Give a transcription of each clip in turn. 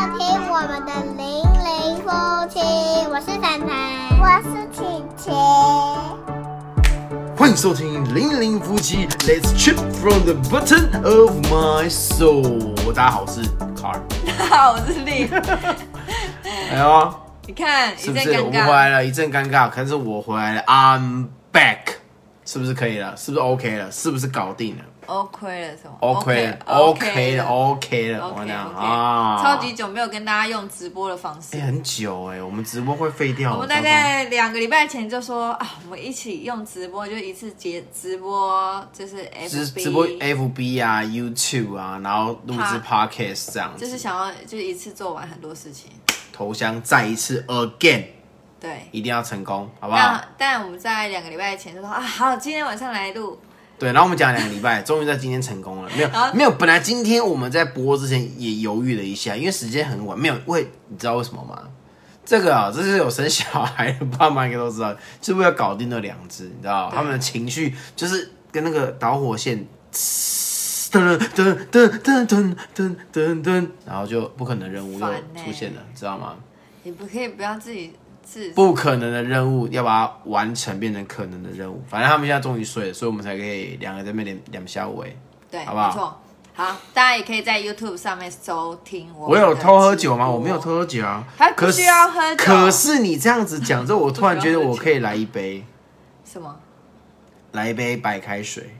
我们的零零夫妻，我是凡凡，我是琪琪。欢迎收听《零零夫妻》，Let's chip from the bottom of my soul。大家好，我是 Car。好，啊我是丽。哎呦，你看，是一不阵是我们尴回尬。来了？一阵尴尬，可是我回来了，I'm back，是不是可以了？是不是 OK 了？是不是搞定了 OK 了什么？OK 了，OK 了，OK 了，我 OK 讲 OK。哦啊，超级久没有跟大家用直播的方哎式，很久哎，我们直播会废掉。我们大概两个礼拜前就说啊，我们一起用直播，就一次结直播，就是直 FB 直播 FB 啊、YouTube 啊，然后录制 Podcast 这样就是子，想要就是一次做完很多事情。投箱再一次 again，对，一定要成功，好不好？但但我们在两个礼拜前就说啊，好，今天晚上来录，对，然后我们讲了两个礼拜，终于在今天成功了。没有好，没有，本来今天我们在播之前也犹豫了一下，因为时间很晚，没有为你知道为什么吗？这个啊，这是有生小孩的爸妈应该都知道，是为了搞定那两只，你知道他们的情绪就是跟那个导火线，噔噔噔噔噔噔噔噔，然后就不可能任务又烦欸出现了，知道吗？你不可以不要自己自不可能的任务要把它完成，变成可能的任务。反正他们现在终于睡了，所以我们才可以两个在那边两两下围。对，好不好没错。好，大家也可以在 YouTube 上面收听我。我有偷喝酒吗？我没有。偷喝酒啊。还不可是需要喝酒可是你这样子讲之后，我突然觉得我不需要喝酒可以来一 杯，什么？来一杯白开水。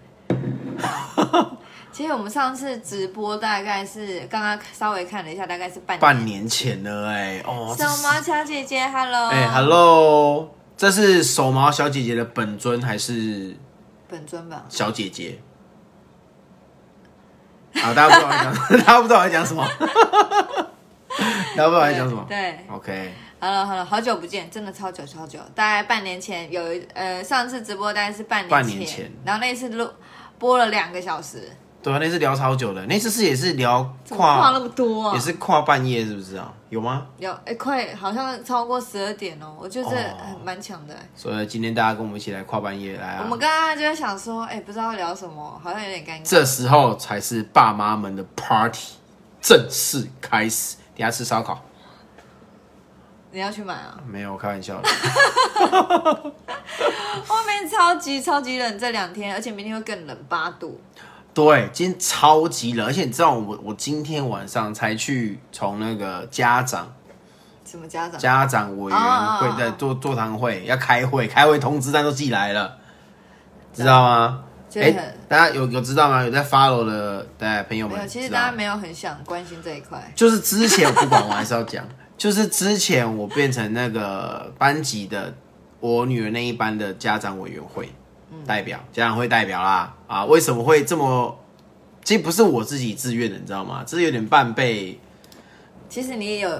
其实我们上次直播大概是刚刚稍微看了一下，大概是半半年前了、哎，哦，这小是毛小姐姐，Hello，哎、h e l l o 这是手毛小姐姐的本尊还是本尊吧。小姐姐？ 啊，大家不知道我在讲，大家不知道我在讲什么， 大家不知道我在讲什么。 对，OK， ，Hello，Hello，好久不见，真的超久超久，大概半年前有一呃上次直播大概是半年半年前然后那次录播了两个小时，对啊，那次聊超久的，那次是也是聊怎么跨那跨，么多啊？也是跨半夜，是不是啊？有吗？有哎、快好像超过十二点哦，我觉得这哦很蛮强的、所以今天大家跟我们一起来跨半夜来啊！我们刚刚就在想说，哎、不知道聊什么，好像有点尴尬。这时候才是爸妈们的 party 正式开始。等一下吃烧烤？你要去买啊？没有，我开玩笑的。外面超级超级冷，这两天，而且明天会更冷，八度。 对，今天超级冷，而且你知道我我今天晚上才去从那个家长什么家长？家长委员哦哦哦会哦在座座谈会要开会，开会通知单都寄来了，知道吗？就哎、是很大家有有知道吗？有在 follow 的对朋友没们知道有，吗，其实大家没有很想关心这一块。就是之前我不管，我还是要讲。 就是之前我变成那个班级的我女儿那一班的家长委员会代表，家长会代表啦啊，为什么会这么？其实不是我自己自愿的，你知道吗？这有点半被。其实你也有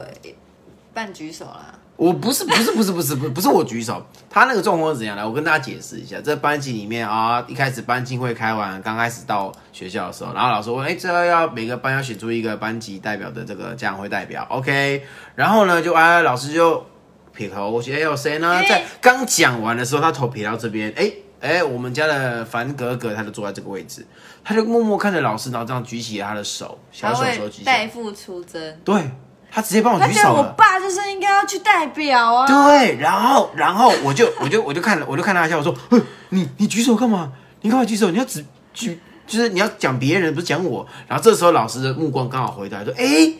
半举手啦，我不是不是不是不是不是不是我举手，他那个状况是怎样来？我跟大家解释一下，这班级里面啊，一开始班进会开完，刚开始到学校的时候，然后老师问，哎、这要每个班要选出一个班级代表的这个家长会代表，OK，然后呢，就哎、老师就撇头，我觉得哎有谁呢？在刚讲完的时候，他头撇到这边，哎、哎、我们家的凡格格他就坐在这个位置，他就默默看着老师，然后这样举起了他的手，小他手手哦会举起代来，父出征。对他直接帮我他举觉得手我了。爸就是应该要去代表啊。对，然后然后我就我就我就看了我就看他一下，我说，哼你你举手干嘛？你干嘛举手？你要只举就是你要讲别人，不是讲我。然后这时候老师的目光刚好回到，说，哎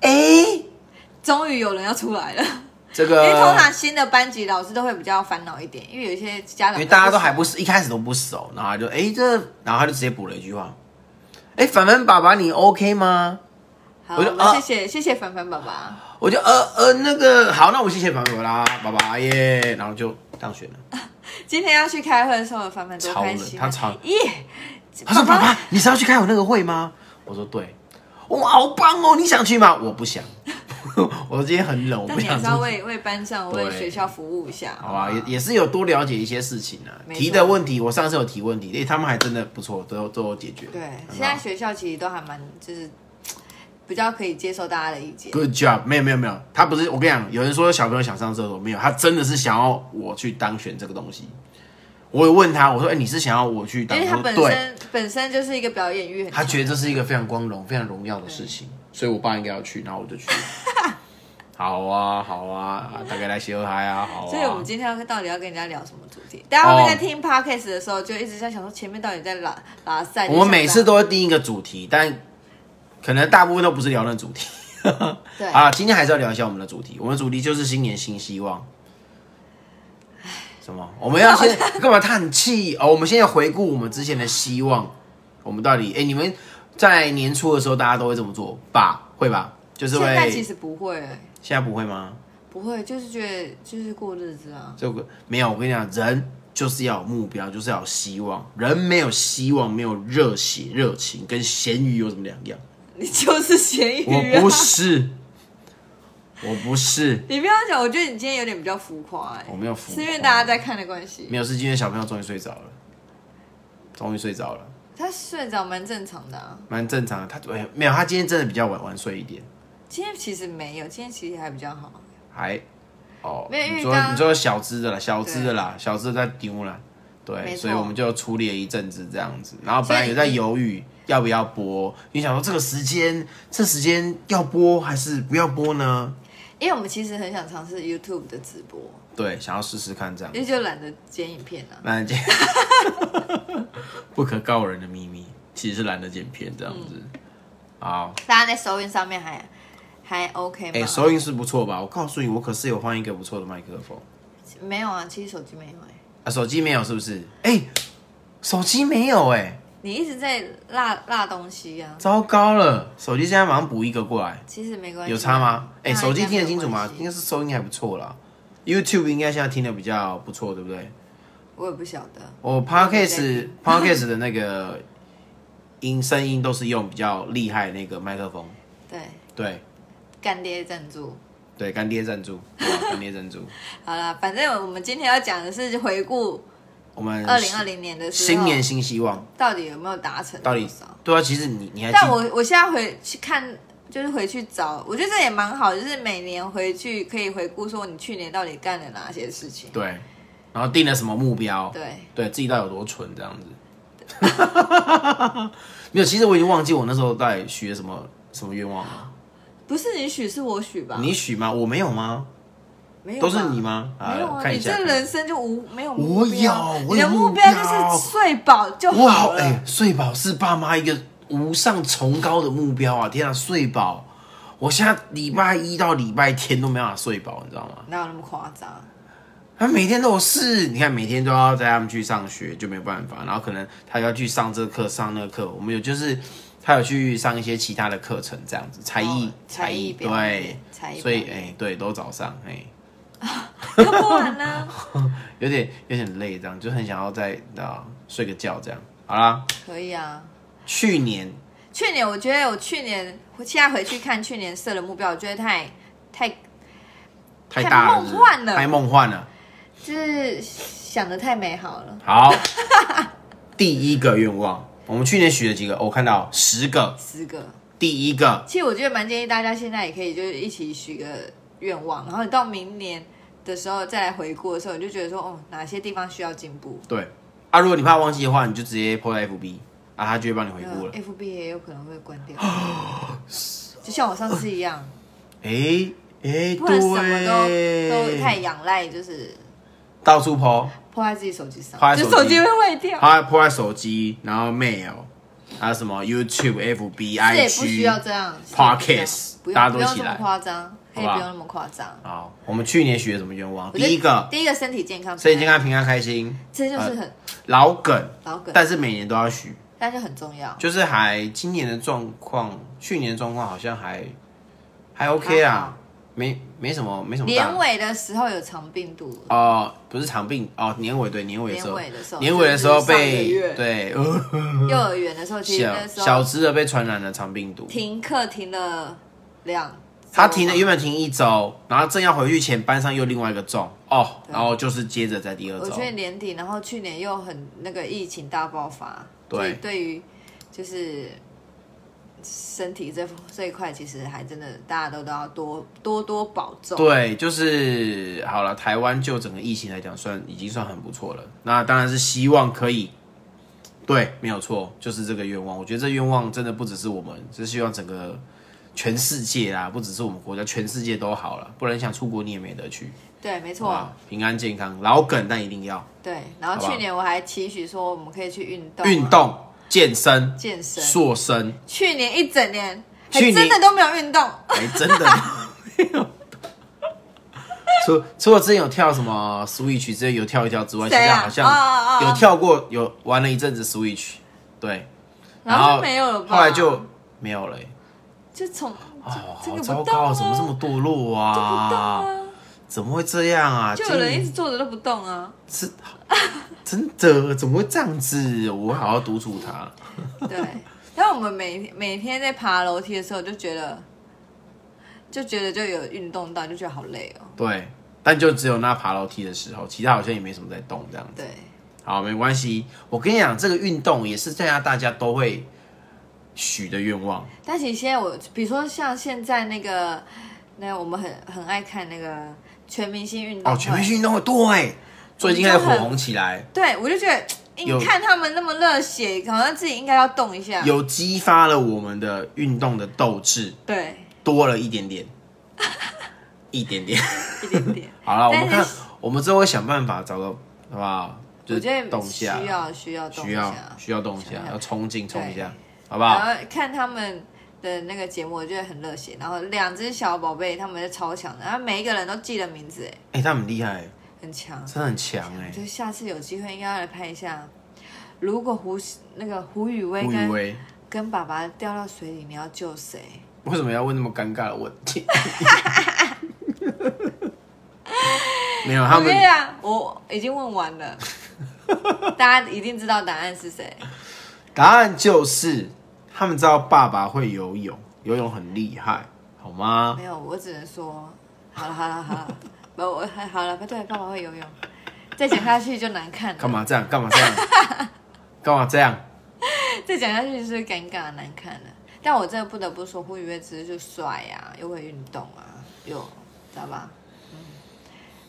哎，终于有人要出来了，这因为通个。常新的班级老师都会比较烦恼一点，因为有一些家因长为大家都还不是一开始都不熟，然后他就哎、这，然后他就直接补了一句话，哎、凡凡爸爸你 OK 吗？好，我就我们啊谢谢、谢谢凡凡爸爸，我就呃呃那个好，那我谢谢凡凡爸爸啦，爸爸耶，然后就当选了，今天要去开会的时候，凡凡多超开冷心，啊，他超咦，他说：“爸爸，你是要去开我那个会吗？”我说：“对。”哇，好棒哦！你想去吗？我不想， 我今天很冷，我但不你还想是出要去。为为班上、对为学校服务一下，好吧，也也是有多了解一些事情啊。没错提的问题，我上次有提问题，诶、他们还真的不错，都有都有解决。对很，好现在学校其实都还蛮就是比较可以接受大家的意见。 Good job，没有没有没有，他不是我跟你讲，有人说小朋友想上厕所，没有，他真的是想要我去当选这个东西。我有问他，我说：“哎、你是想要我去当因？”为他他说本对，身本身就是一个表 演欲很强， 他觉得这是一个非常光荣、非常荣耀的事情，所以我爸应该要去，然后我就去了。好啊，好啊，啊大概来修嗨啊，好啊。所以我们今天要到底要跟人家聊什么主题？大家会不会在听 podcast 的时候就一直在想说前面到底在拉拉赛？我们每次都会定一个主题，但可能大部分都不是聊那主题。对啊，今天还是要聊一下我们的主题。我们的主题就是新年新希望。什么？我们要 先干嘛叹气？哦，我们现在回顾我们之前的希望，我们到底哎、你们在年初的时候大家都会这么做吧？会吧？就是现会。在其实不会、现在不会吗？不会，就是觉得就是过日子啊。这个没有，我跟你讲，人就是要有目标，就是要有希望。人没有希望，没有热血、热情，跟咸鱼有什么两样？你就是咸鱼、啊，我不是，我不是，你不要讲，我觉得你今天有点比较浮夸、哎，我没有浮夸是因为大家在看的关系。没有，是今天小朋友终于睡着了，终于睡着了，他睡着蛮正常的啊，蛮正常的。他哎没有，他今天真的比较晚晚睡一点，今天其实没有，今天其实还比较好。还哦，没有因为你说刚刚你说小只的啦，小只的啦，小只的在丢啦，对，没错所以我们就处理了一阵子这样子，然后本来有在犹豫。要不要播？你想说这个时间，这时间要播还是不要播呢？因为我们其实很想尝试 YouTube 的直播，对，想要试试看这样因。为就懒得剪影片啊。懒得剪， 不可告人的秘密，其实是懒得剪片这样子。嗯好，大家在收音上面还还 OK 吗？哎、收音是不错吧？我告诉你，我可是有换一个不错的麦克风没有啊，其实手机没有哎、啊，手机没有是不是？哎、手机没有哎、你一直在辣辣东西啊，糟糕了，手机现在马上补一个过来，其实没关系啊，有差吗？哎、那手机应该听得没有清楚吗关？系应该是收音还不错啦。YouTube 应该现在听得比较不错，对不对？我也不晓得。我 Podcast Podcast 的那个音声音都是用比较厉害的那个麦克风，对，对。干爹赞助。对，干爹赞助，好 吧干爹赞助。好啦，反正我们今天要讲的是回顾我们二零二零年的时嗯候新年新希望，到底有没有达成到底多少对啊，其实你你还记但我我现在回去看，就是回去找，我觉得这也蛮好，就是每年回去可以回顾说你去年到底干了哪些事情。对，然后定了什么目标，对，对自己到底有多蠢这样子。 没有，其实我已经忘记我那时候到底许了什么什么愿望了。不是你许是我许吧？你许吗？我没有吗？没有吧都是你？吗？啊没有啊，看你一下。这看人生就无没有我目标，有我你的有目目标标就是睡饱就哇，好了。哎、睡饱是爸妈一个无上崇高的目标啊！天啊，睡饱！我现在礼拜一到礼拜天都没办法睡饱，你知道吗？哪有那么夸张？他每天都有事，你看每天都要带他们去上学，就没办法。然后可能他要去上这个课、上那个课，我们有就是他有去上一些其他的课程，这样子才艺、哦才艺表对演，才艺所以表哎、演对，都早上哎、那不啊然呢？ 有点有点累，这样就很想要再啊睡个觉这样。好啦，可以啊。去年去年我觉得我去年，我现在回去看去年设的目标，我觉得太太太太大了梦是不是幻了太梦幻了。就是想的太美好了，好， 第一个愿望，我们去年许了几个？我看到十个，十个。第一个其实我觉得蛮建议大家现在也可以就是一起许个愿望，然后你到明年的时候再来回顾的时候，你就觉得说，哦，哪些地方需要进步。对啊，如果你怕忘记的话，你就直接 PO 在 FB 啊，他就会帮你回顾了。 FB 也有可能会关 掉，就像我上次一样，诶诶，不然什么都对，都太仰赖就是到处 PO，泼在自己手机上泼，在就手机手机会坏掉。他 PO 在手机，然后 mail，还有什么 YouTube、FB、这也不需要 IG。这样 Podcast，不用大家都不用起这来么夸张，可以好吧不用那么夸张。好，我们去年许了什么愿望？我第觉得一个，第一个身体健康，身体健康、平安、开心，这就是很老梗，老梗，但是每年都要许，但是很重要。就是还今年的状况，去年的状况好像还还 OK 还啊好，没没什么没什么大。年尾的时候有肠病毒，哦，不是长病哦，年尾对年尾的时候，年尾的时候年尾的时候被就是上个月对、幼儿园的时候，其实小那时嗯小候只的被传染了长病毒，停课停了两周吧，他停了原本停一周，然后正要回去前班上又另外一个中哦，然后就是接着在第二我周觉，得年底，然后去年又很那个疫情大爆发，对所以对于就是身体这这一块，其实还真的大家都都要多多多保重。对，就是好了，台湾就整个疫情来讲算已经算很不错了，那当然是希望可以。对，没有错，就是这个愿望。我觉得这愿望真的不只是我们，是希望整个全世界啦，不只是我们国家，全世界都好了，不然你想出国你也没得去，对，没错，哇，平安健康，老梗但一定要对。然好后不好去年我还期许说我们可以去运动、啊运、动、健身、健身。塑身，去年一整年，还去年真的都没有运动。还哎真的没有。除除了之前有跳什么 Switch 之前有跳一跳之外，谁现在啊好哦哦哦像哦有跳过，有玩了一阵子 Switch，对，然后就没有了吧？后来就没有了、欸。就从哦，这好个糟不糕，动怎么这么堕落不动啊？啊，怎么会这样啊？就今有人一直坐着都不动啊。是真的，怎么会这样子？我会好好督促他。对，但我们每每天在爬楼梯的时候，就觉得就觉得就有运动到，就觉得好累哦。对，但就只有那爬楼梯的时候，其他好像也没什么在动这样子。对，好，没关系。我跟你讲，这个运动也是现在大家都会许的愿望。但其实现在我，比如说像现在那个，那我们很很爱看那个全明星运动哦，会，全明星运动会，对，最近开始火红起来，对我就觉得，你有看他们那么热血，好像自己应该要动一下。有激发了我们的运动的斗志，对，多了一点 点，一点点。一点点。好了，我但们是看，我们之后会想办法找个，好不好？ 就我是觉得动一需下，要需要动一需要下，需要动一下想，要要冲劲冲一下，好不然好？后看他们的那个节目，我觉得很热血。然后两只小宝贝他们就超强的，然后每一个人都记得名字，哎，哎、他们很厉害，很强。真的很强哎、就下次有机会应该要来拍一下。如果胡那个胡宇威胡宇跟威跟爸爸掉到水里，你要救谁？为什么要问那么尴尬的问 题？没有，他我们跟你讲，我已经问完 了，大家一定知道答案是谁。答案就是他们知道爸爸会游泳，游泳很厉害，好吗？没有，我只能说，好了好了好了，不，我好了，不对，爸爸会游泳，再讲下去就难看了。干嘛这样？干嘛这样？ 干嘛这样？再讲下去就是尴尬难看了。但我真的不得不说，胡宇威只是就帅呀、又会运动啊，又知道吧？嗯，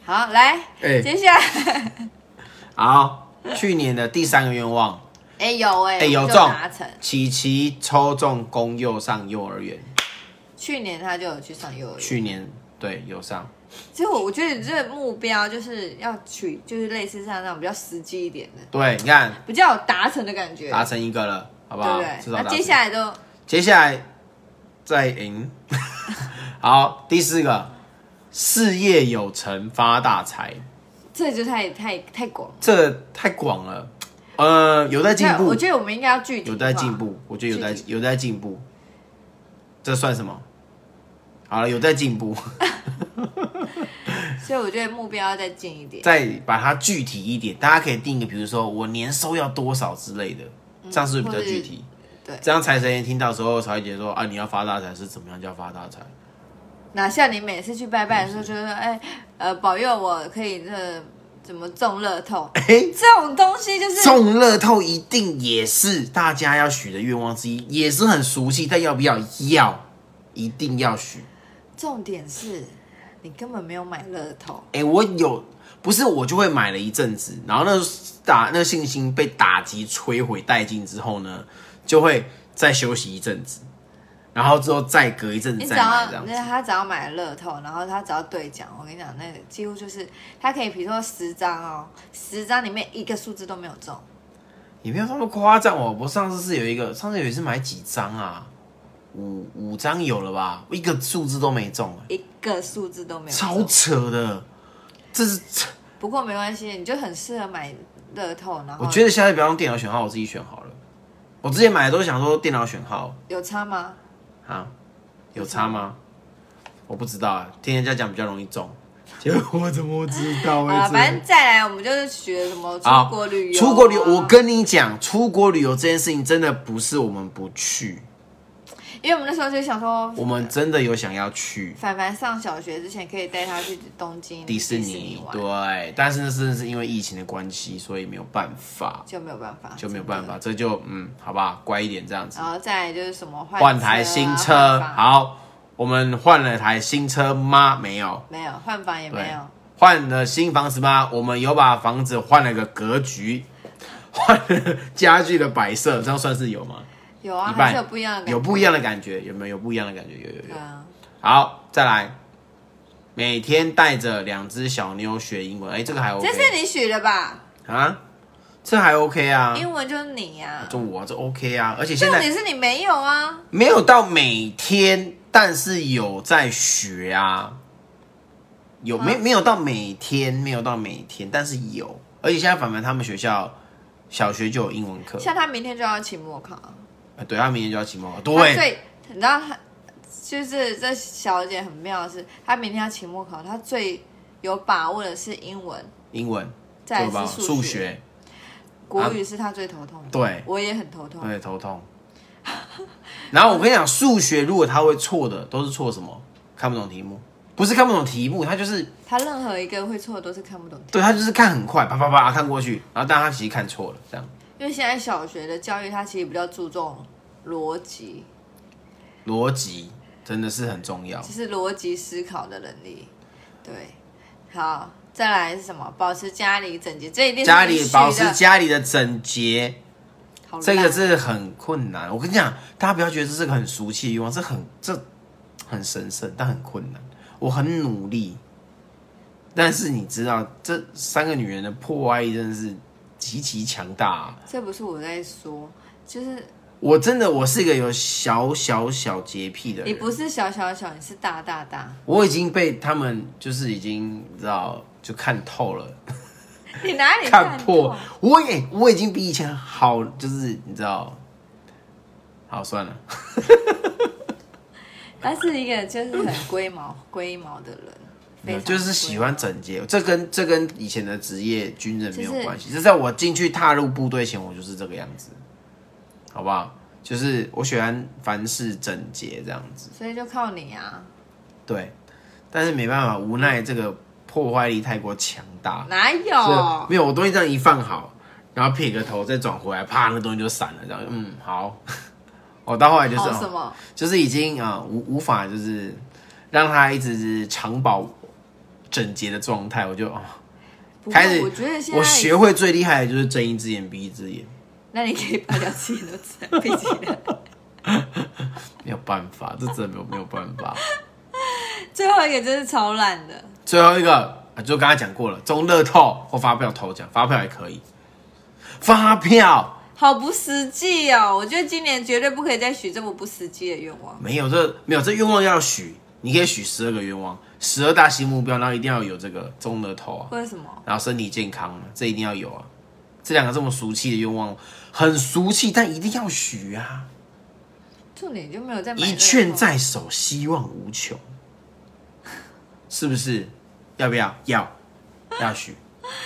好，来，哎接下来， 好，去年的第三个愿望，哎、有哎、哎、有我就中达成。，琪琪抽中公幼上幼儿园，去年他就有去上幼儿园，去年对有上，其实我我觉得你这个目标就是要取，就是类似像那种比较实际一点的，对，你看比较有达成的感觉，达成一个了，好不对好？不对？至少那达成接下来都接下来再赢， 好，第四个事业有成发大财，这就太太太广了，这太广了，呃，有在进那步我，觉得我们应该要具体化，有在进步，我觉得有在具有在进步，这算什么？好了，有在进步， 所以我觉得目标要再近一点。再把它具体一点，大家可以定一个，比如说我年收要多少之类的，这样嗯是不是比较具体？对这样财神爷听到的时候，财姐说啊，你要发大财是怎么样叫发大财？ 哪像你每次去拜拜的时候，就说哎、呃，保佑我可以这怎么中乐透，哎、 这种东西就是中乐透一定也是大家要许的愿望之一，也是很熟悉，但要不要？要，一定要许。重点是你根本没有买乐透，哎、我有，不是我就会买了一阵子，然后那打那信心被打击摧毁殆尽之后呢，就会再休息一阵子，然后之后再隔一阵你啊子只再买要这样那子。他只要买了乐透，然后他只要兑奖，我跟你讲，那个几乎就是他可以，比如说十张哦，十张里面一个数字都没有中，也没有那么夸张哦，我上次是有一个，上次有一次买几张啊？五五张有了吧？一个数字都没中、一个数字都没有超中。扯的，这是。不过没关系，你就很适合买乐透，然后我觉得下次不要用电脑选号，我自己选好了。我之前买的都想说电脑选号有差吗？啊，有差吗？我不知道啊，听人家讲比较容易中，结果 我怎么知道会啊，这反样正？再来，我们就是学什么出好国旅啊游、啊出国旅游，我跟你讲，出国旅游这件事情真的不是我们不去，因为我们那时候就想说，我们真的有想要 去凡凡上小学之前可以带他去东京迪士尼尼，玩，对，但是那真的是因为疫情的关系，所以没有办法，就没有办法，就没有办法，这就嗯，好吧，乖一点这样子真的。。然后再来就是什么换换车啊台新换车，房好，我们换了台新车吗？没有，没有换房也对没有，换了新房子吗？我们有把房 子换了个格局，换了家具的摆设，这样算是有吗？有一啊，还半是有不一样的感有觉，不一样的感觉，有没有？有不一样的感觉，有有对有。啊，好，再来，每天带着两只小妞学英文，哎、这个还 OK 这是你许的吧？啊，这还 OK 啊，英文就是你呀、这我、啊、这 OK 啊，而且现重在点是你没有啊，没有到每天，但是有在学啊，有没嗯没有到每天，没有到每天，但是有，而且现在凡凡他们学校小学就有英文课，像啊他明天就要期末考啊，呃对他明天就要期末考，他对，最你知道他就是这小姐很妙的是，她明天要期末考，她最有把握的是英文，英文，再来对吧？是数数学学，国语是她最头痛的，对我也很头痛，对，头 痛。然后我跟你讲，数学如果他会错的，都是错什么？看不懂题目，不是看不懂题目，他就是她任何一个会错的都是看不懂的，对他就是看很快，啪啪啪看过去，然后但他其实看错了，这样因为现在小学的教育它其实比较注重逻辑，逻辑真的是很重要就。是逻辑思考的能力，对，好。再来是什么？保持家里整洁，这一定是家你里许保持的家里的整洁，好这个烂是很困难。我跟你讲，大家不要觉得这是个很俗气的愿望，这很这很神圣，但很困难。我很努力，但是你知道，这三个女人的破坏力真的是极其强大、啊。这不是我在说，就是我真的，我是一个有小小小洁癖的人。你不是小小小，你是大大 大。我已经被他们就是已经你知道就看透了，你哪里看破破？。我也我已经比以前好，就是你知道，好算了。 他是一个就是很龟毛、 龟毛的人，没非有常就是喜欢整洁，这跟这跟以前的职业军人没有就是关系。这在我进去踏入部队前，我就是这个样子，好不好？就是我喜欢凡事整洁这样子，龟毛，所以就靠你啊！对。但是没办法，无奈这个破坏力太过强大，哪啊是啊有？没有我东西这样一放好，然后撇个头再转回来，啪，那东西就散了，这样嗯好。 我到后来就是好哦什么？就是已经啊、呃无无法就是让他一直长保整洁的状态，我就哦。不开始过我觉得现在我学，会最厉害的就是睁一只眼闭一只眼，那你可以把两只眼都睁闭起来。没有办法，这真的没有没有办法。 最后一个真是超烂的，最后一个啊，就刚才讲过了，中乐透或发票头奖，发票也可以。发票好不实际哦！我觉得今年绝对不可以再许这么不实际的愿望。没有这没有这愿望要许，你可以许十二个愿望，十二大新目标，然后一定要有这个中乐透啊，为什么？然后身体健康嘛，这一定要有啊。这两个这么俗气的愿望，很俗气，但一定要许啊！重点就没有在买一乐券透啊在手，希望无穷，是不是？要不要？要，要许，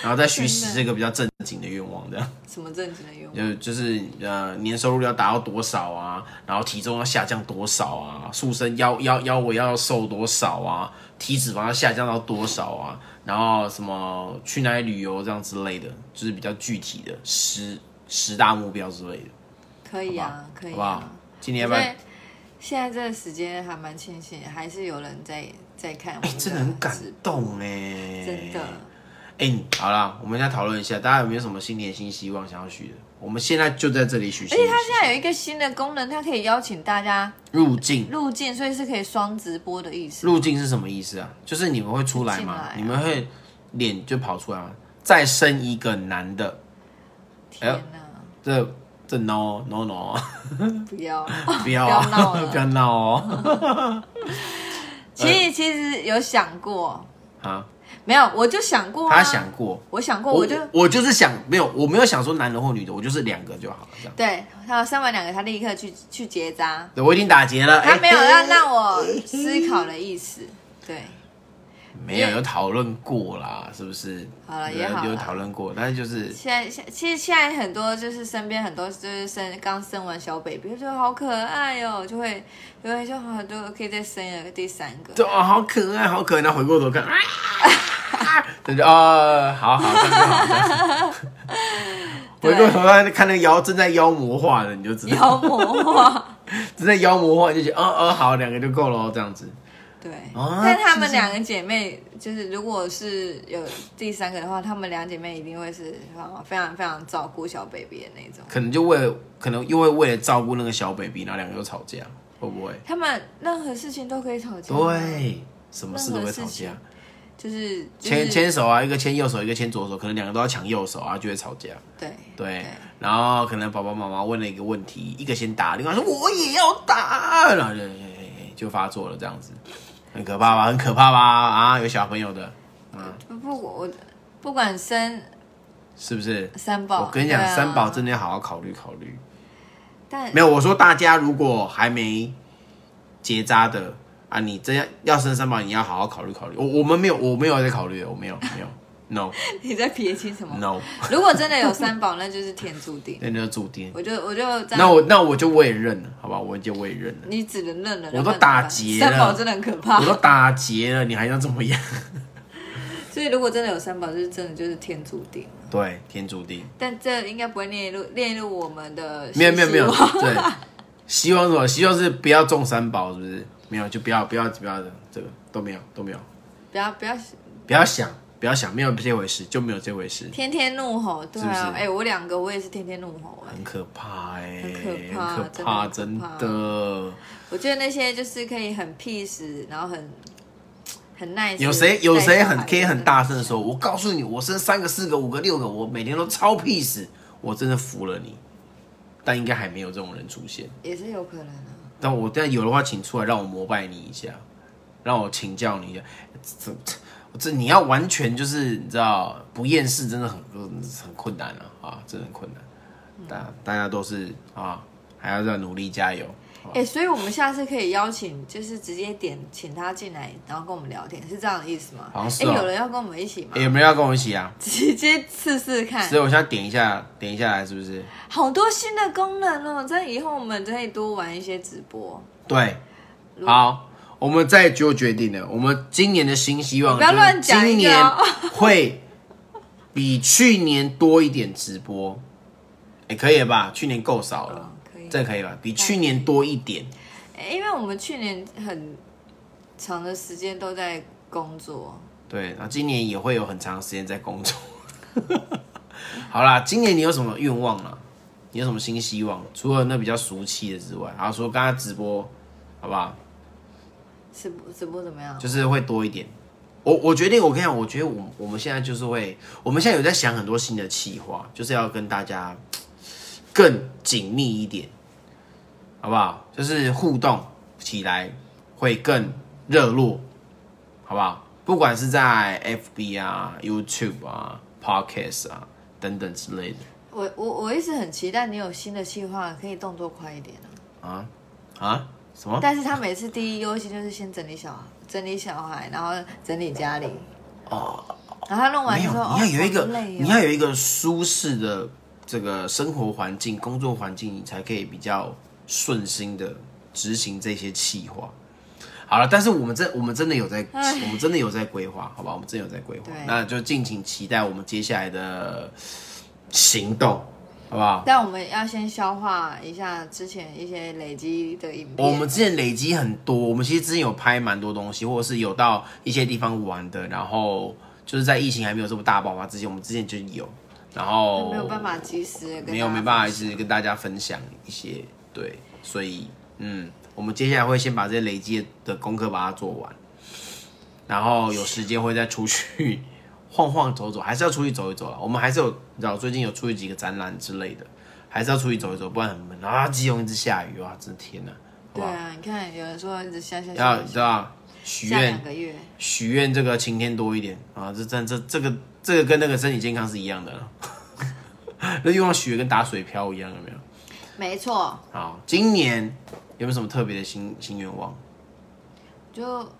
然后再许真十的这个比较正经的愿望，这样什么正经的愿望？就就是呃，年收入要达到多少啊？然后体重要下降多少啊？塑身腰腰腰围要瘦多少啊？体脂肪要下降到多少啊？然后什么去哪里旅游这样之类的，就是比较具体的十十大目标之类的，可以啊，可以、啊，好不好？今年要因不要？为现在这个时间还蛮庆幸，还是有人在在看我哎、们真的很感直动哎、播真的。哎、你好啦，我们再讨论一下，大家有没有什么新年新希望想要许的？我们现在就在这里许而新且年它新现在有一个新的功能，它可以邀请大家入境，入境，所以是可以双直播的意思。入境是什么意思啊？就是你们会出来就进吗？来啊你们会脸就跑出来吗？再生一个男的，天哎哪、这这 no no no，不要！ 不要不要闹啊，了 不要闹哦，其呃实其实有想过，啊，没有，我就想过、啊，他想，过，我想过，我哦我就我就是想没有，我没有想说男的或女的，我就是两个就好了，这样。对他删完两个，他立刻去去结扎，对，我已经打结了，他哎没有要让我思考的意思。对，没有有讨论过啦，是不是？好了有也好啦有讨论过，但是就是现在现其实现在很多就是身边很多就是生刚生完小 baby，就觉得好可爱哟、就会就会就好多可以再生一个第三个。就哦，好可爱，好可爱。然后回过头看，啊，啊 那就哦，好好，这样就好。这样回对过头看，看那个妖正在妖魔化的，你就知道妖魔化， 正在妖魔化，你就觉得哦哦，好，两个就够了，这样子。对，啊但他们两个姐妹就是，如果是有第三个的话，她们两姐妹一定会是非常非常照顾小 baby 的那种。可能就为了，可能又会为了照顾那个小 baby，然后两个又吵架，会不会？他们任何事情都可以吵架，，对，什么事都会吵任何事架情，就是牵，就是牵手啊，一个牵右手，一个牵左手，可能两个都要抢右手啊，就会吵架。对对，然后可能爸爸妈妈问了一个问题，一个先打，另外说我也要打， 然后就就发作了，这样子，很可怕吧？很可怕吧？啊，有小朋友的，啊不不我不管生是不是？三宝，我跟你讲，对啊三宝真的要好好考虑考虑。但没有，我说大家如果还没结扎的啊，你真要要生三宝，你要好好考虑考虑。我我们没有，我没有在考虑，我没有，没有 ，no 你在撇清什么？ no，如果真的有三宝，那就是天注定。那就注定。我就我就这样，那我那我就我也认了，好吧，我就我也认了，你只能认了。我都要不然打怎么办结了三宝真的很可怕 我。都打结了，你还要怎么样？所以如果真的有三宝，就是真的就是天注定。 对，天注定。但这应该不会列入列入我们的哦没有没有没有，习俗对，希望是什么？希望是不要中三宝，是不是？没有就不要不要不要的，这个都没有都没有， 不要不要不要想不要想，没有这回事就没有这回事，天天怒吼，对是啊，不是哎、我两个我也是天天怒吼、哎，很可怕哎、很可怕很可怕，真真的的很可怕我觉得那些就是可以很 peace，然后很很 nice，有谁有谁很带小孩的可以很大声的说，我告诉你，我生三个、四个、五个、六个，我每天都超 peace，我真的服了你。但应该还没有这种人出现。也是有可能啊，但我但有的话，请出来让我膜拜你一下，让我请教你一下。这这这你要完全就是你知道不厌世，真的很很困难啊啊，真的很困难。大大家都是啊，还要再努力加油。好吧啊哎、所以我们下次可以邀请，就是直接点请他进来，然后跟我们聊天，是这样的意思吗？好像是哎哦有人要跟我们一起吗？欸有没有要跟我一起啊？直接试试看所，以我现在点一下，点一下来是不是？好多新的功能哦！这以后我们可以多玩一些直播。对，好，我们再做决定了。我们今年的新希望，你不要乱讲今一个年哦会比去年多一点直播，也、可以了吧？去年够少了，嗯可以这可以吧？比去年多一点，哎因为我们去年很长的时间都在工作，对。然后今年也会有很长时间在工作。 好啦，今年你有什么愿望啦？你有什么新希望？除了那比较俗气的之外，然后说刚刚直播，好不好？直播直播怎么样？就是会多一点。我我决定，我跟你讲，我觉得我我们现在就是会，我们现在有在想很多新的企划，就是要跟大家嘖更紧密一点，好不好？就是互动起来会更热络，好不好？不管是在 FB 啊、YouTube 啊、Podcast 啊等等之类的我我我一直很期待你有新的计划，可以动作快一点啊、啊啊什么？但是他每次第一优先就是先整理小孩，整理小孩，然后整理家里。哦。然后他弄完没之有，后，你要有一个，哦好累哦、你要有一个舒适的这个生活环境、工作环境，你才可以比较顺心的执行这些计划。好了，但是我们真我们真的有在，我们真的有在规划，好吧？我们真的有在规划对，那就敬请期待我们接下来的行动，好不好？但我们要先消化一下之前一些累积的影片。我们之前累积很多，我们其实之前有拍蛮多东西，或者是有到一些地方玩的，然后就是在疫情还没有这么大爆发之前，我们之前就有，然后没有办法及时的跟没有大家没办法，就是跟大家分享一些对，所以嗯，我们接下来会先把这些累积的功课把它做完，然后有时间会再出去晃晃走走，还是要出去走一走了。我们还是有，你知道最近有出去几个展览之类的，还是要出去走一走，不然很闷啊。基隆一直下雨啊，真的天呐、好对不好？啊，你看有人说一直下下要下你知道许下愿两个月，许愿这个晴天多一点啊，这这这这个这个跟那个身体健康是一样的了。 那愿望许愿跟打水漂一样，有没有？没错，好，今年有没有什么特别的新新愿望？就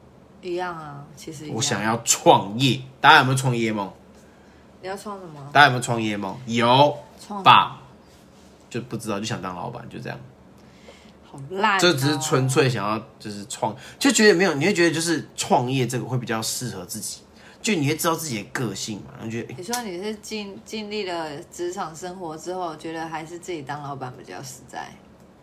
一样啊。其实一样我想要创业，大家有没有创业梦？你要创什么？大家有没有创业梦？有创吧？就不知道，就想当老板，就这样。好烂、哦，这只是纯粹想要就是创，就觉得没有，你会觉得就是创业这个会比较适合自己，就你会知道自己的个性嘛，然后觉得、诶欸你说你是经经历了职场生活之后，觉得还是自己当老板比较实在。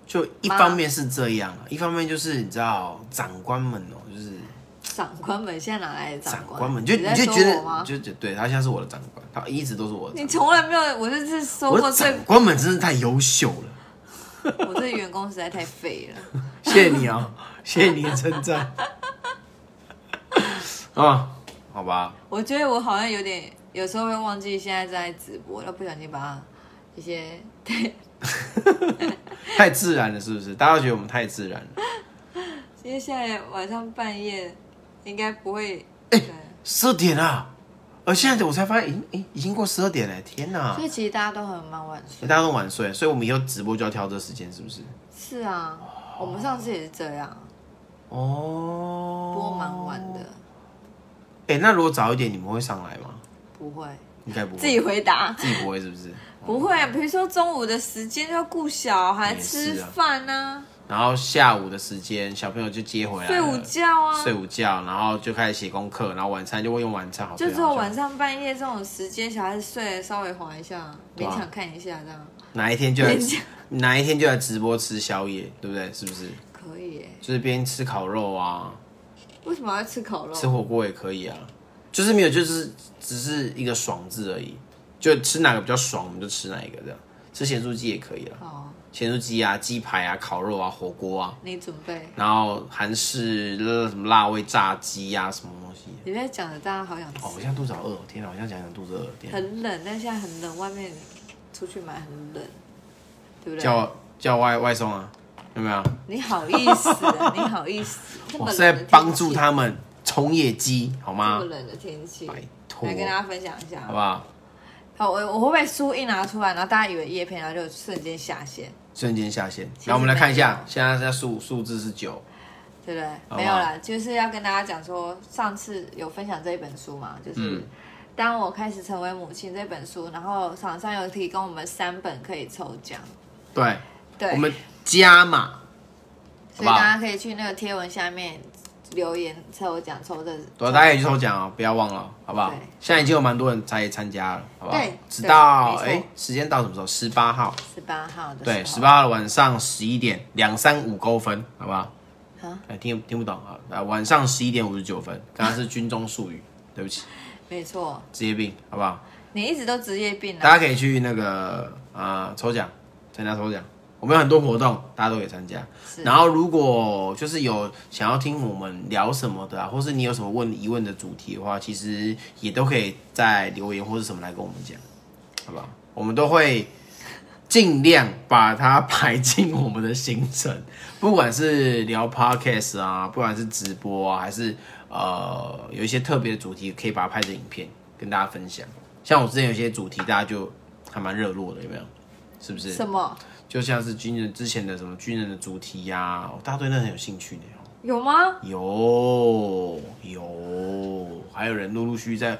就一方面是这样啊，一方面就是你知道长官们哦、就是长官们现在哪来的长官？官们，你就你你在就说觉我吗得，就就对他现在是我的长官，他一直都是我的你长从来没有，我这次收官。我过的长最，官们真是太优秀了，我这员工实在太废了。谢谢你哦， 谢谢你的称赞。 啊，好吧，我觉得我好像有点，有时候会忘记现在在直播，然后不小心把一些对太自然了，是不是？大家觉得我们太自然了。因为现在晚上半夜应该不会。哎对，十二点啊！而现在我才发现，已经诶已经过十二点了，天哪！所以其实大家都很蛮晚睡。大家都晚睡，所以我们以后直播就要挑这时间，是不是？是啊，我们上次也是这样，哦，播蛮晚的。，哎、那如果早一点，你们会上来吗？不会，应该不会，自己回答。自己不会，是不是？不会啊，比如说中午的时间要顾小孩也吃是啊饭啊，然后下午的时间，小朋友就接回来睡了午觉啊，睡午觉，然后就开始写功课，然后晚餐就会用晚餐好睡就好只觉有晚上半夜这种时间，小孩子睡了稍微滑一下，勉对啊强看一下这样，哪一天就 来人家哪一天就来直播吃宵夜，对不对？是不是？可以耶。就是边吃烤肉啊，为什么要吃烤肉？吃火锅也可以啊，就是没有，就是只是一个爽字而已，就吃哪个比较爽，我们就吃哪一个这样。吃咸酥鸡也可以啦，哦，咸酥鸡啊、鸡排啊、烤肉啊、火锅啊，你准备。然后韩式呃什么辣味炸鸡啊，什么东西。你在讲的，大家好想哦，我吃。现在肚子好饿，天哪！我现在讲讲肚子饿，天哪！很冷，但现在很冷，外面出去买很冷，对不对？叫啊叫外外送啊，有没有？你好意思啊，你好意思，这 么我冷是的在天帮助气，他们冲业绩，好这吗么？冷的天气，拜托来，跟大家分享一下好。不好？好，我我会不会书啊一拿出来，然后大家以为叶片，然后就瞬间下线，瞬间下线。实来，我们来看一没下有，现在在数数字是九，对不对？好啊没有啦，就是要跟大家讲说，上次有分享这一本书嘛，就是。嗯当我开始成为母亲这本书，然后厂商有提供我们三本可以抽奖，对，对，我们加码，所以好不好大家可以去那个贴文下面留言抽奖抽的，对，大家也去抽奖哦，不要忘了，好不好对？现在已经有蛮多人才参加了，好不好对？直到对没错哎，时间到什么时候？十八号，十八号的对，时十候八号的晚上十一点，两三五公分，好不好？啊，哎，听听不懂啊，啊晚上十一点五十九分，刚刚是军中术语，对不起，没错，职业病，好不好？你一直都职业病大啊，家可以去那个呃抽奖，参加抽奖。我们有很多活动，大家都可以参加。然后如果就是有想要听我们聊什么的啊，或是你有什么问疑问的主题的话，其实也都可以在留言或是什么来跟我们讲，好不好？我们都会尽量把它排进我们的行程， 不管是聊 podcast 啊，不管是直播啊，还是呃有一些特别的主题，可以把它拍成影片跟大家分享。像我之前有些主题，大家就还蛮热络的，有没有？是不是？什么就像是军人之前的什么军人的主题呀、哦大家对那很有兴趣的哦。有吗？有有，还有人陆陆续续在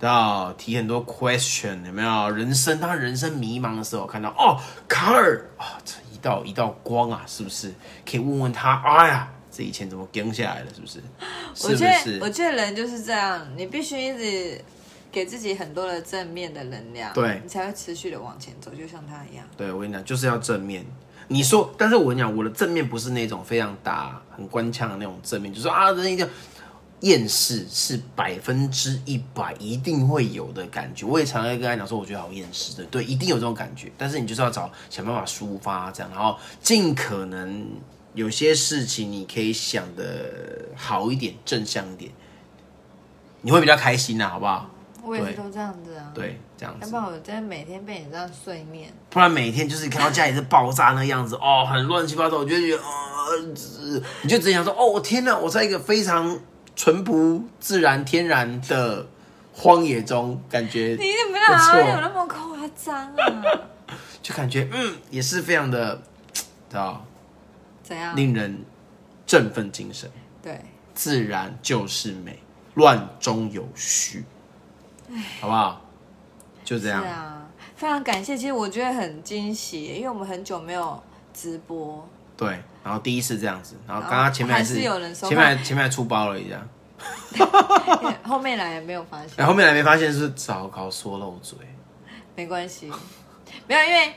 到提很多 question，有没有？人生当人生迷茫的时候，看到哦，卡尔啊、这一道一道光啊，是不是？可以问问他，哎呀，这以前怎么跟下来的？是不是？我是觉得不我是？觉得人就是这样，你必须一直给自己很多的正面的能量，对你才会持续的往前走，就像他一样。对我跟你讲，就是要正面。你说，但是我跟你讲，我的正面不是那种非常打很官腔的那种正面，就是说啊，人一定要厌世是百分之一百一定会有的感觉。我也常常跟他讲说，我觉得好厌世的，对，一定有这种感觉。但是你就是要找想办法抒发这样，然后尽可能有些事情你可以想的好一点，正向一点，你会比较开心啊，好不好？我也是对都这样子啊，，对，这样子。要不然我真的每天被你这样碎念，不然每天就是看到家里是爆炸那样子，哦，很乱七八糟，我就觉得，呃，只你就只想说，哦，我天哪，我在一个非常淳朴、自然、天然的荒野中，感觉啊你怎么不哪错有那么夸张啊？就感觉，嗯，也是非常的，知道， 怎样？令人振奋精神。对，自然就是美，乱中有序，好不好？就这是样，啊，非常感谢。其实我觉得很惊喜，因为我们很久没有直 播，对。然后第一次这样子，然后然后刚刚前面哦还是是有人收看前面还前面还出包了一下。后面来也没有发现然，哎后后面来没发现是糟糕说漏嘴，没关系，没有，因为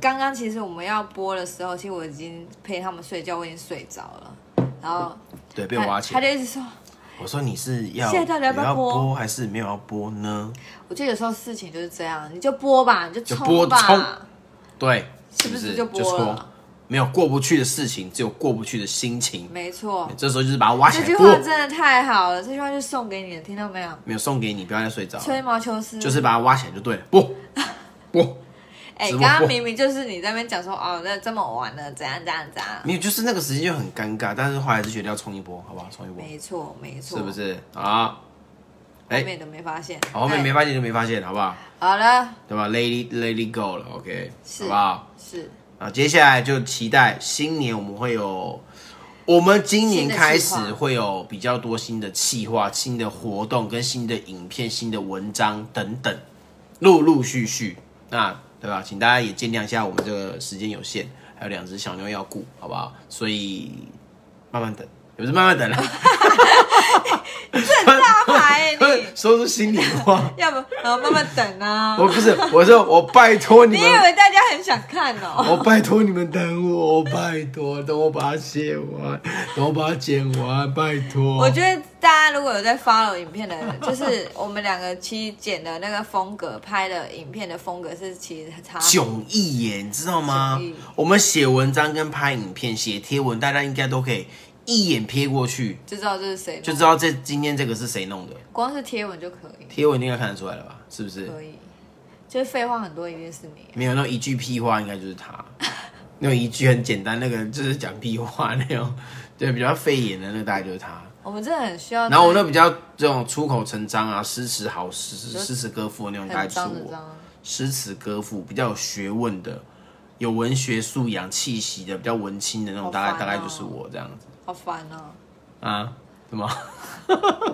刚刚其实我们要播的时候，其实我已经陪他们睡觉，我已经睡着了，然后对，被我挖他钱就。一直说，我说你是要现在到底要你不要要播播还是没有要播呢？我觉得有时候事情就是这样，你就播吧，你就就播冲冲吧，对，是不不是是就播了说没有过不去的事情，只有过不去的心情。没错。这时候就是把它挖起这来句播话，真的太好了，这句话就送给你的，听到没有？没有送给你，不要再睡着了，吹毛求疵，就是把它挖起来就对了， 播播。哎、直播刚刚明明就是你在那边讲说哦，那这么晚了，怎样怎样怎样，没有，就是那个时间就很尴尬，但是后来还是决定要冲一波，好不好？冲一波，没错没错，是不？是啊？哎后面都没发现，好后面哎没发现就没发现，好不好？好了，对吧？Lady Lady Go 了，OK，是好不好？ 是啊，接下来就期待新年我们会有，我们今年开始新的企划会有比较多新的企划、新的活动、跟新的影片、新的文章等等，陆陆续续，那对吧？请大家也见谅一下，我们这个时间有限，还有两只小妞要顾，好不好？所以慢慢等，也不是慢慢等 了，大牌、哎你 说出心里话。要不呃慢慢等啊。我不是，我说我拜托你你们，以为大家很想看 哦？我拜托你们等我，我拜托，等我把它写 完，等我把它剪完，拜托。 我觉得大家如果有在 follow 影片的人，就是我们两个其实剪的那个风格，拍的影片的风格是其实差迥异耶，你知道吗迥异？我们写文章跟拍影片、写贴文，大家应该都可以一眼瞥过去，就知道这是谁弄的，就知道这今天这个是谁弄的。光是贴文就可以，贴文应该看得出来了吧？是不是？可以，就是废话很多一定是你。没有那种一句屁话，应该就是 他。那种一句很简单，那个就是讲屁话那种，对，比较费眼的那个大概就是他。我们真的很需要。然后我那比较这种出口成章啊、诗词好诗、诗词歌赋的那种，大概很就是脏的我。脏，诗词歌赋比较有学问的、有文学素养气息的、比较文青的那种，好大概烦大概哦就是我这样子好烦哦。啊？什么？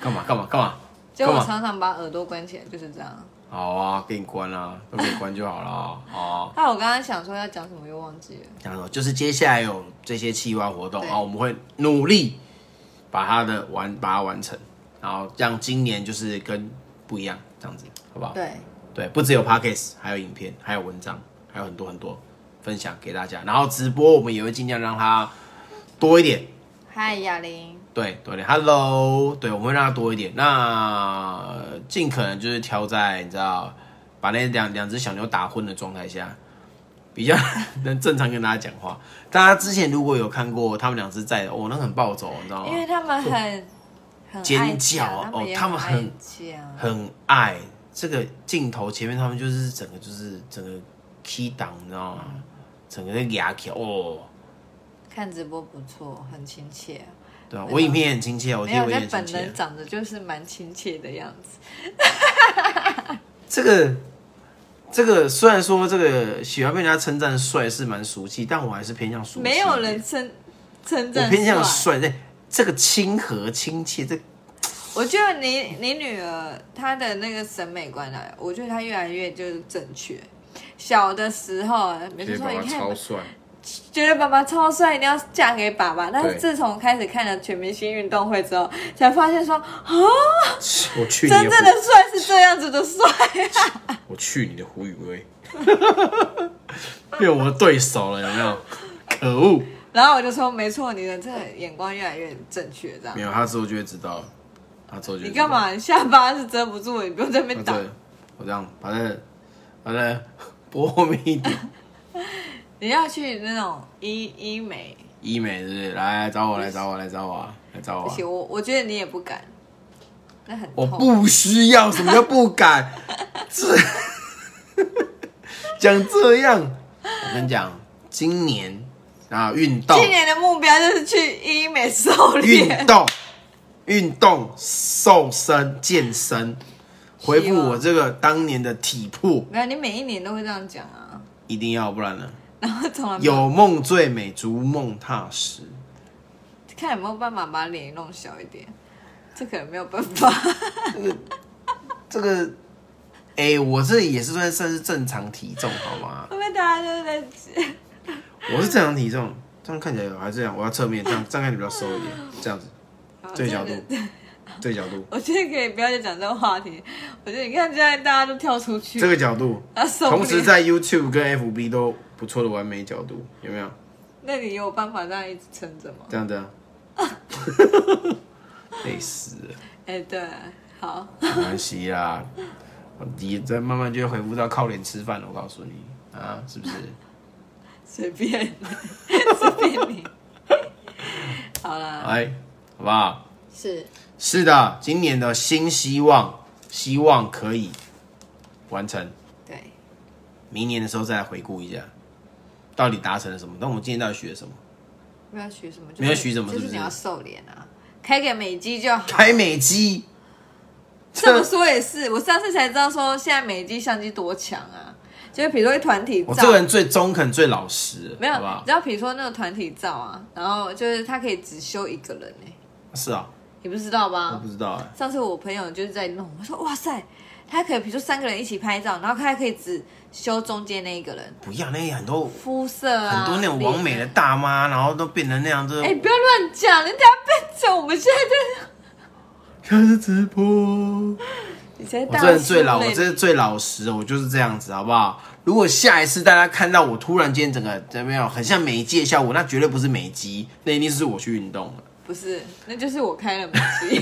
干嘛干嘛干嘛？就我干嘛常常把耳朵关起来，就是这样。好啊，给你关啦、都给你关就好了啊。好啊，但我刚刚想说要讲什么，又忘记了。然后就是接下来有这些企划活动对啊，我们会努力把它的完把它完成，然后让今年就是跟不一样这样子，好不好？对，对，不只有 podcast，还有影片，还有文章，还有很多很多分享给大家。然后直播我们也会尽量让它多一点，嗨，哑铃，对，多一点。Hello，对，我们会让它多一点。那呃尽可能就是挑在你知道，把那两两只小牛打昏的状态下，比较 能正常跟大家讲话。大家之前如果有看过他们两只在的，哦，那个很暴走，你知道吗因？为他们很很爱尖叫讲，哦他他们们很也爱讲，很爱这个镜头前面，他们就是整个就是整个 key 档，你知道吗？整个在牙起来哦，看直播不错，很亲切。对啊没，有我影片也很亲切，我哦没贴有，我也在很本亲切啊人。长得就是蛮亲切的样子。这个这个虽然说这个喜欢被人家称赞帅是蛮俗气，但我还是偏向俗气。没有人，称称我赞偏向帅。帅。对，这个亲和亲切，这我觉得你你女儿她的那个审美观啊，我觉得她越来越就是正确。小的时候，每次说你看帅。觉得爸爸超帅，一定要嫁给爸爸。但是对自从开始看了全明星运动会之后，才发现说，哦，我去你真正的的帅是这样子的帅、啊胡，我去你的胡宇 威，变我的对手了，有没有？可恶！然后我就说，没错，你的这个眼光越来越正确，这样没。有，他之后就会知道，他之后就会你知道干？嘛？你下巴是遮不住的，你不用在那啊边打。对，我这样把那个把那个拨后面一点，你要去那种医医美，医美是不是？来来找我，来找我，来找我啊，来找我不啊。行，我我觉得你也不敢，那很我痛。不需要，什么叫不敢？这讲这样，我跟你讲，今年啊，运动，今年的目标就是去医美狩运猎。动，运动，瘦身，健身，恢希复望我这个当年的体魄，没有，你每一年都会这样讲啊，一定要，不然呢？然后从来没有梦最美，逐梦踏实。看有没有办法把脸弄小一点，这可能没有办 法。这个，哎、我这也是算算是正常体重，好吗？会不会大家就是在我是正常体重，这样看起来还是这样，我要侧面，这样这样看起来比较瘦一点，这样子对角度，这角度，我觉得可以不要再讲这个话题。我觉得你看现在大家都跳出去，这个角度，啊受不了同时在 YouTube 跟 FB 都不错的完美角度，有没有？那你有办法这样一直撑着吗？这样这样，啊 累死了，哎、对，好， 没关系啦，你再慢慢就会恢复到靠脸吃饭了，我告诉你啊，是不是？随便， 随便你。 好啦，哎，好不好？是是的，今年的新希望，希望可以完成。对，明年的时候再来回顾一下，到底达成了什么？那我们今年到底学了什么？没有许什么，就是没有许什么就是是不你是要瘦脸啊，开给美肌就好。开美机，这么说也是，我上次才知道说现在美肌相机多强啊，就是比如说一团体我照这，个人最中肯、最老实，没有，好不好你知？道比如说那个团体照啊，然后就是它可以只修一个人哎、是啊，你不知道我吗不？知道哎、上次我朋友就是在弄，我说哇塞，他可以比如说三个人一起拍照，然后他还可以只修中间那一个人不要那些很多肤色啊，很多那种脸啊完美的。大妈，然后都变成那样，就是哎、不要乱讲，你等下被讲。我们现在在，开始直播。 你现在我大这人最老，叔我嘞这是最老实，我就是这样子，好不好？如果下一次大家看到我突然间整个怎么样，很像美肌的效果，那绝对不是美肌，那一定是我去运动了。不是，那就是我开了门 机。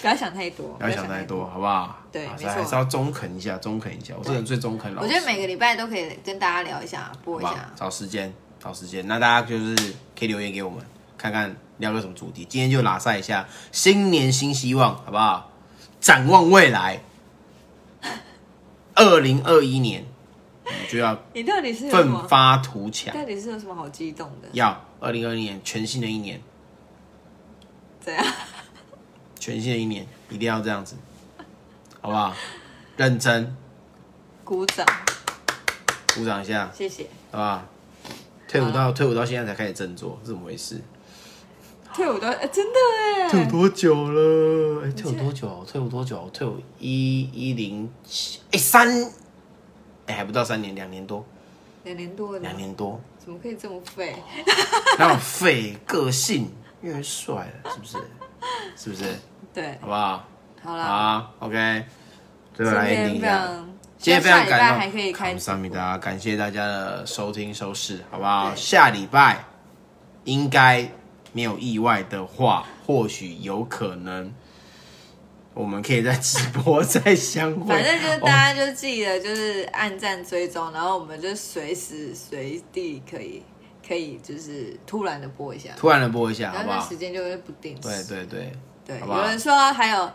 不要想太多，不要想太。多，好不好？对啊没错还是要中肯一下，中肯一下。我这人最中肯老我实。觉得每个礼拜都可以跟大家聊一下，播好一不好下？。找时间，找时间。那大家就是可以留言给我们，看看聊个什么主题。今天就拉塞一下，新年新希望，好不好？展望未来，二零二一年，我们就要你到底是有什么奋？发图强，到底是有什么好激动的？要二零二一年全新的一年，怎样？全新的一年一定要这样子，好不好？认真鼓掌，鼓掌一下，谢谢。好不好？退伍到退伍到现在才开始振作，是怎么回事？退伍都、哎真的哎，退伍多久了？哎、退伍多久啊？我退伍多久啊？我退伍一一零七，哎三，哎、还不到三年，两年多，两年多了，两年多，怎么可以这么废？那种废个性越来越帅了，是不是？是不是？对好，不好？好好啦， ，OK，最后今来天 ending 一非下。常，今天非下常礼感拜动，还可以开直上播米达，感谢大家的收听收视，好不好？对下礼拜应该没有意外的话，或许有可能我们可以在直播再相会。反正就是哦大家就记得就是按赞追踪，然后我们就随时随地可以可以就是突然的播一下，突然的播一下，然好后不那好时？间就会不定对时。对对，对好不好有人说还有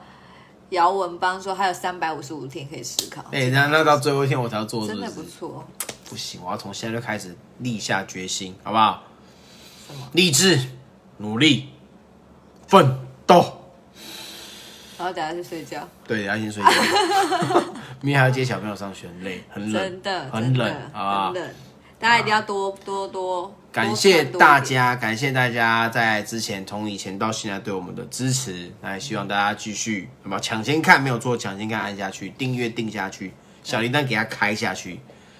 姚文邦说还有三百五十五天可以思考，哎，那那到最后一天我才要做，是真不的是？不错。不行，我要从现在就开始立下决心，好不好什么？励志、努力、奋斗。然后等下去睡觉，对，要先睡觉， 明天还要接小朋友上学，很累，很冷，真的很真的冷啊很！冷，大家一定要多多多感谢大，家，感谢大家在之前从以前到现在对我们的支持，那也希望大家继续，那么抢先看没有做，抢先看按下去，订阅订下去，小铃铛给它开下去。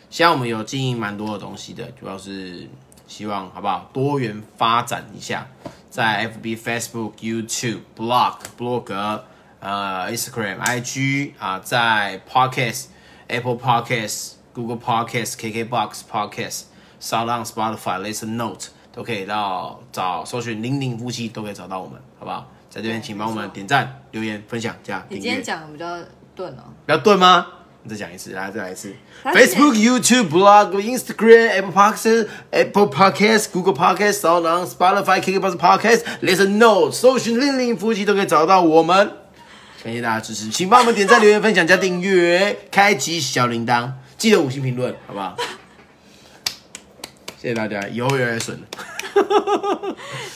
现在我们有经营蛮多的东西的，主要是希望好不好多元发展一下，在 FB、Facebook、YouTube、Blog、b l 格、呃 Instagram、IG 啊、在 Podcast、Apple Podcast、Google Podcast、KKBox Podcast、Sound on Spotify、Listen Note 都可以到找搜寻“零零夫妻”都可以找到我们，好不好？在这边请帮我们点赞、留言、分享加多多多你订今天阅。讲的比较钝哦，不要对吗？你再讲一次，来再来一次。他是 Facebook、YouTube、Blog、Instagram、Apple Podcasts、Apple Podcasts、Google Podcasts、Sound On、Spotify、KKBox Podcasts、Listen Note、搜寻零零夫妻都可以找到我们。感谢大家支持，请帮我们点赞、留言、分享、加订阅、开启小铃铛，记得五星评论，好不好？谢谢大家，以后越来越顺了，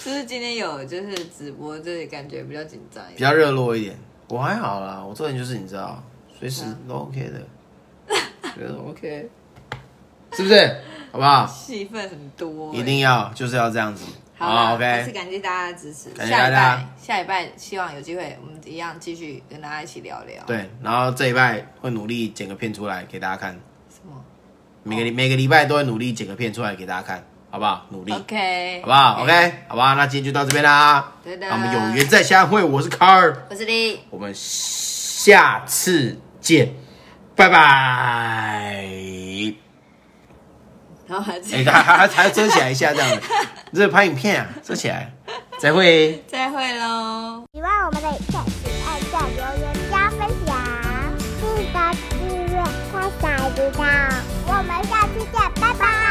就是今天有就是直播，就是感觉比较紧张一比点。较热络一点。我还好啦，我这人就是你知道，随时都 OK 的，觉得 OK，是不是？好不好？戏份很多欸、一定要就是要这样子。好啦还是，OK，感谢大家的支持。下感礼谢大家拜，下礼拜希望有机会，我们一样继续跟大家一起聊聊。，对，然后这一拜会努力剪个片出来给大家看，什么每个礼每个礼拜都会努力剪个片出来给大家看，好不好？努力，好？OK，不好？OK，好吧，那今天就到这边啦。对的那我们有缘再相会，我是卡尔，我是 D，我们下次见，拜拜。然后还自哎、己还还还遮起来一下这样子，这拍影片啊，遮起来，再会。再会喽。喜欢我们的影片，请按赞、留言、加分享，记得订阅、开小铃铛。我们下期见，拜拜。